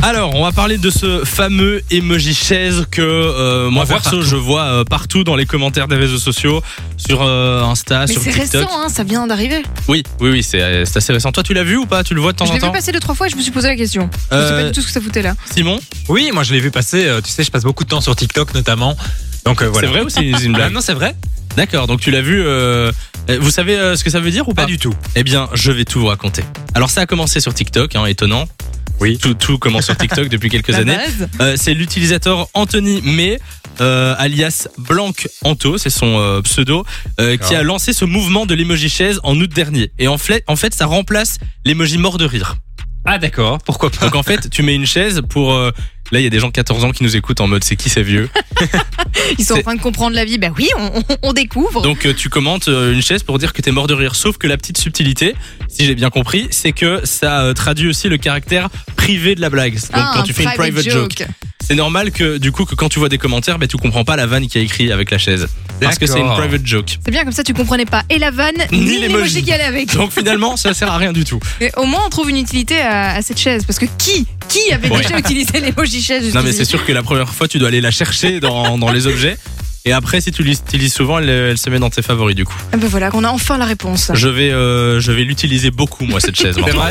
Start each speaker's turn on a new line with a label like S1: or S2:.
S1: Alors, on va parler de ce fameux emoji chaise que euh, moi
S2: voit
S1: perso je vois euh, partout dans les commentaires des réseaux sociaux, sur euh, Insta,
S3: Mais
S1: sur
S3: c'est
S1: TikTok.
S3: récent, hein, ça vient d'arriver.
S1: Oui, oui, oui, c'est euh, c'est assez récent. Toi, tu l'as vu ou pas Tu le vois de temps
S3: Je
S1: en
S3: l'ai vu
S1: temps
S3: passer deux trois fois et je me suis posé la question. Je sais pas
S1: Euh,
S3: du tout ce que ça foutait là.
S1: Simon,
S2: Oui, moi je l'ai vu passer. euh, Tu sais, je passe beaucoup de temps sur TikTok notamment. Donc euh, voilà.
S1: c'est vrai ou c'est une
S2: Ah,
S1: blague
S2: non, c'est vrai
S1: D'accord, donc tu l'as vu. euh, euh, vous savez euh, ce que ça veut dire ou pas
S2: Pas du tout.
S1: Eh bien, je vais tout vous raconter. Alors, ça a commencé sur TikTok, hein, étonnant.
S2: Oui.
S1: Tout, tout commence sur TikTok depuis quelques
S3: La
S1: années.
S3: base.
S1: Euh, c'est l'utilisateur Anthony May, euh, alias Blanc Anto, c'est son euh, pseudo, euh, qui
S2: D'accord.
S1: a lancé ce mouvement de l'emoji chaise en août dernier. Et en fait, en fait ça remplace l'emoji mort de rire.
S2: Ah d'accord, pourquoi pas
S1: Donc en fait, tu mets une chaise pour... euh, Là, il y a des gens de 14 ans qui nous écoutent en mode c'est qui ces vieux.
S3: Ils sont en
S1: c'est-
S3: train de comprendre la vie. Bah oui, on, on- on découvre.
S1: Donc euh, tu commentes euh, une chaise pour dire que t'es mort de rire. Sauf que la petite subtilité, si j'ai bien compris, c'est que ça euh, traduit aussi le caractère privé de la blague. Donc
S3: Ah,
S1: quand
S3: un
S1: tu fais une
S3: private
S1: private joke, c'est normal que du coup que quand tu vois des commentaires, ben tu comprends pas la vanne qui a écrit avec la chaise parce que c'est une
S2: D'accord.
S1: private joke.
S3: C'est bien comme ça, tu comprenais pas et la vanne
S1: Ni
S3: ni,
S1: l'emoji.
S3: l'émoji qui allait avec.
S1: Donc finalement, ça sert à rien du tout.
S3: Mais au moins, on trouve une utilité à, à cette chaise parce que qui, qui avait
S1: Ouais.
S3: déjà utilisé l'émoji chaise
S1: Non mais c'est
S3: jusqu'ici
S1: sûr que la première fois, tu dois aller la chercher dans, dans les objets. Et après, si tu l'utilises souvent, elle, elle se met dans tes favoris du coup.
S3: ben Ah bah voilà, qu'on a enfin la réponse.
S1: Je vais, euh, je vais l'utiliser beaucoup moi cette chaise. maintenant.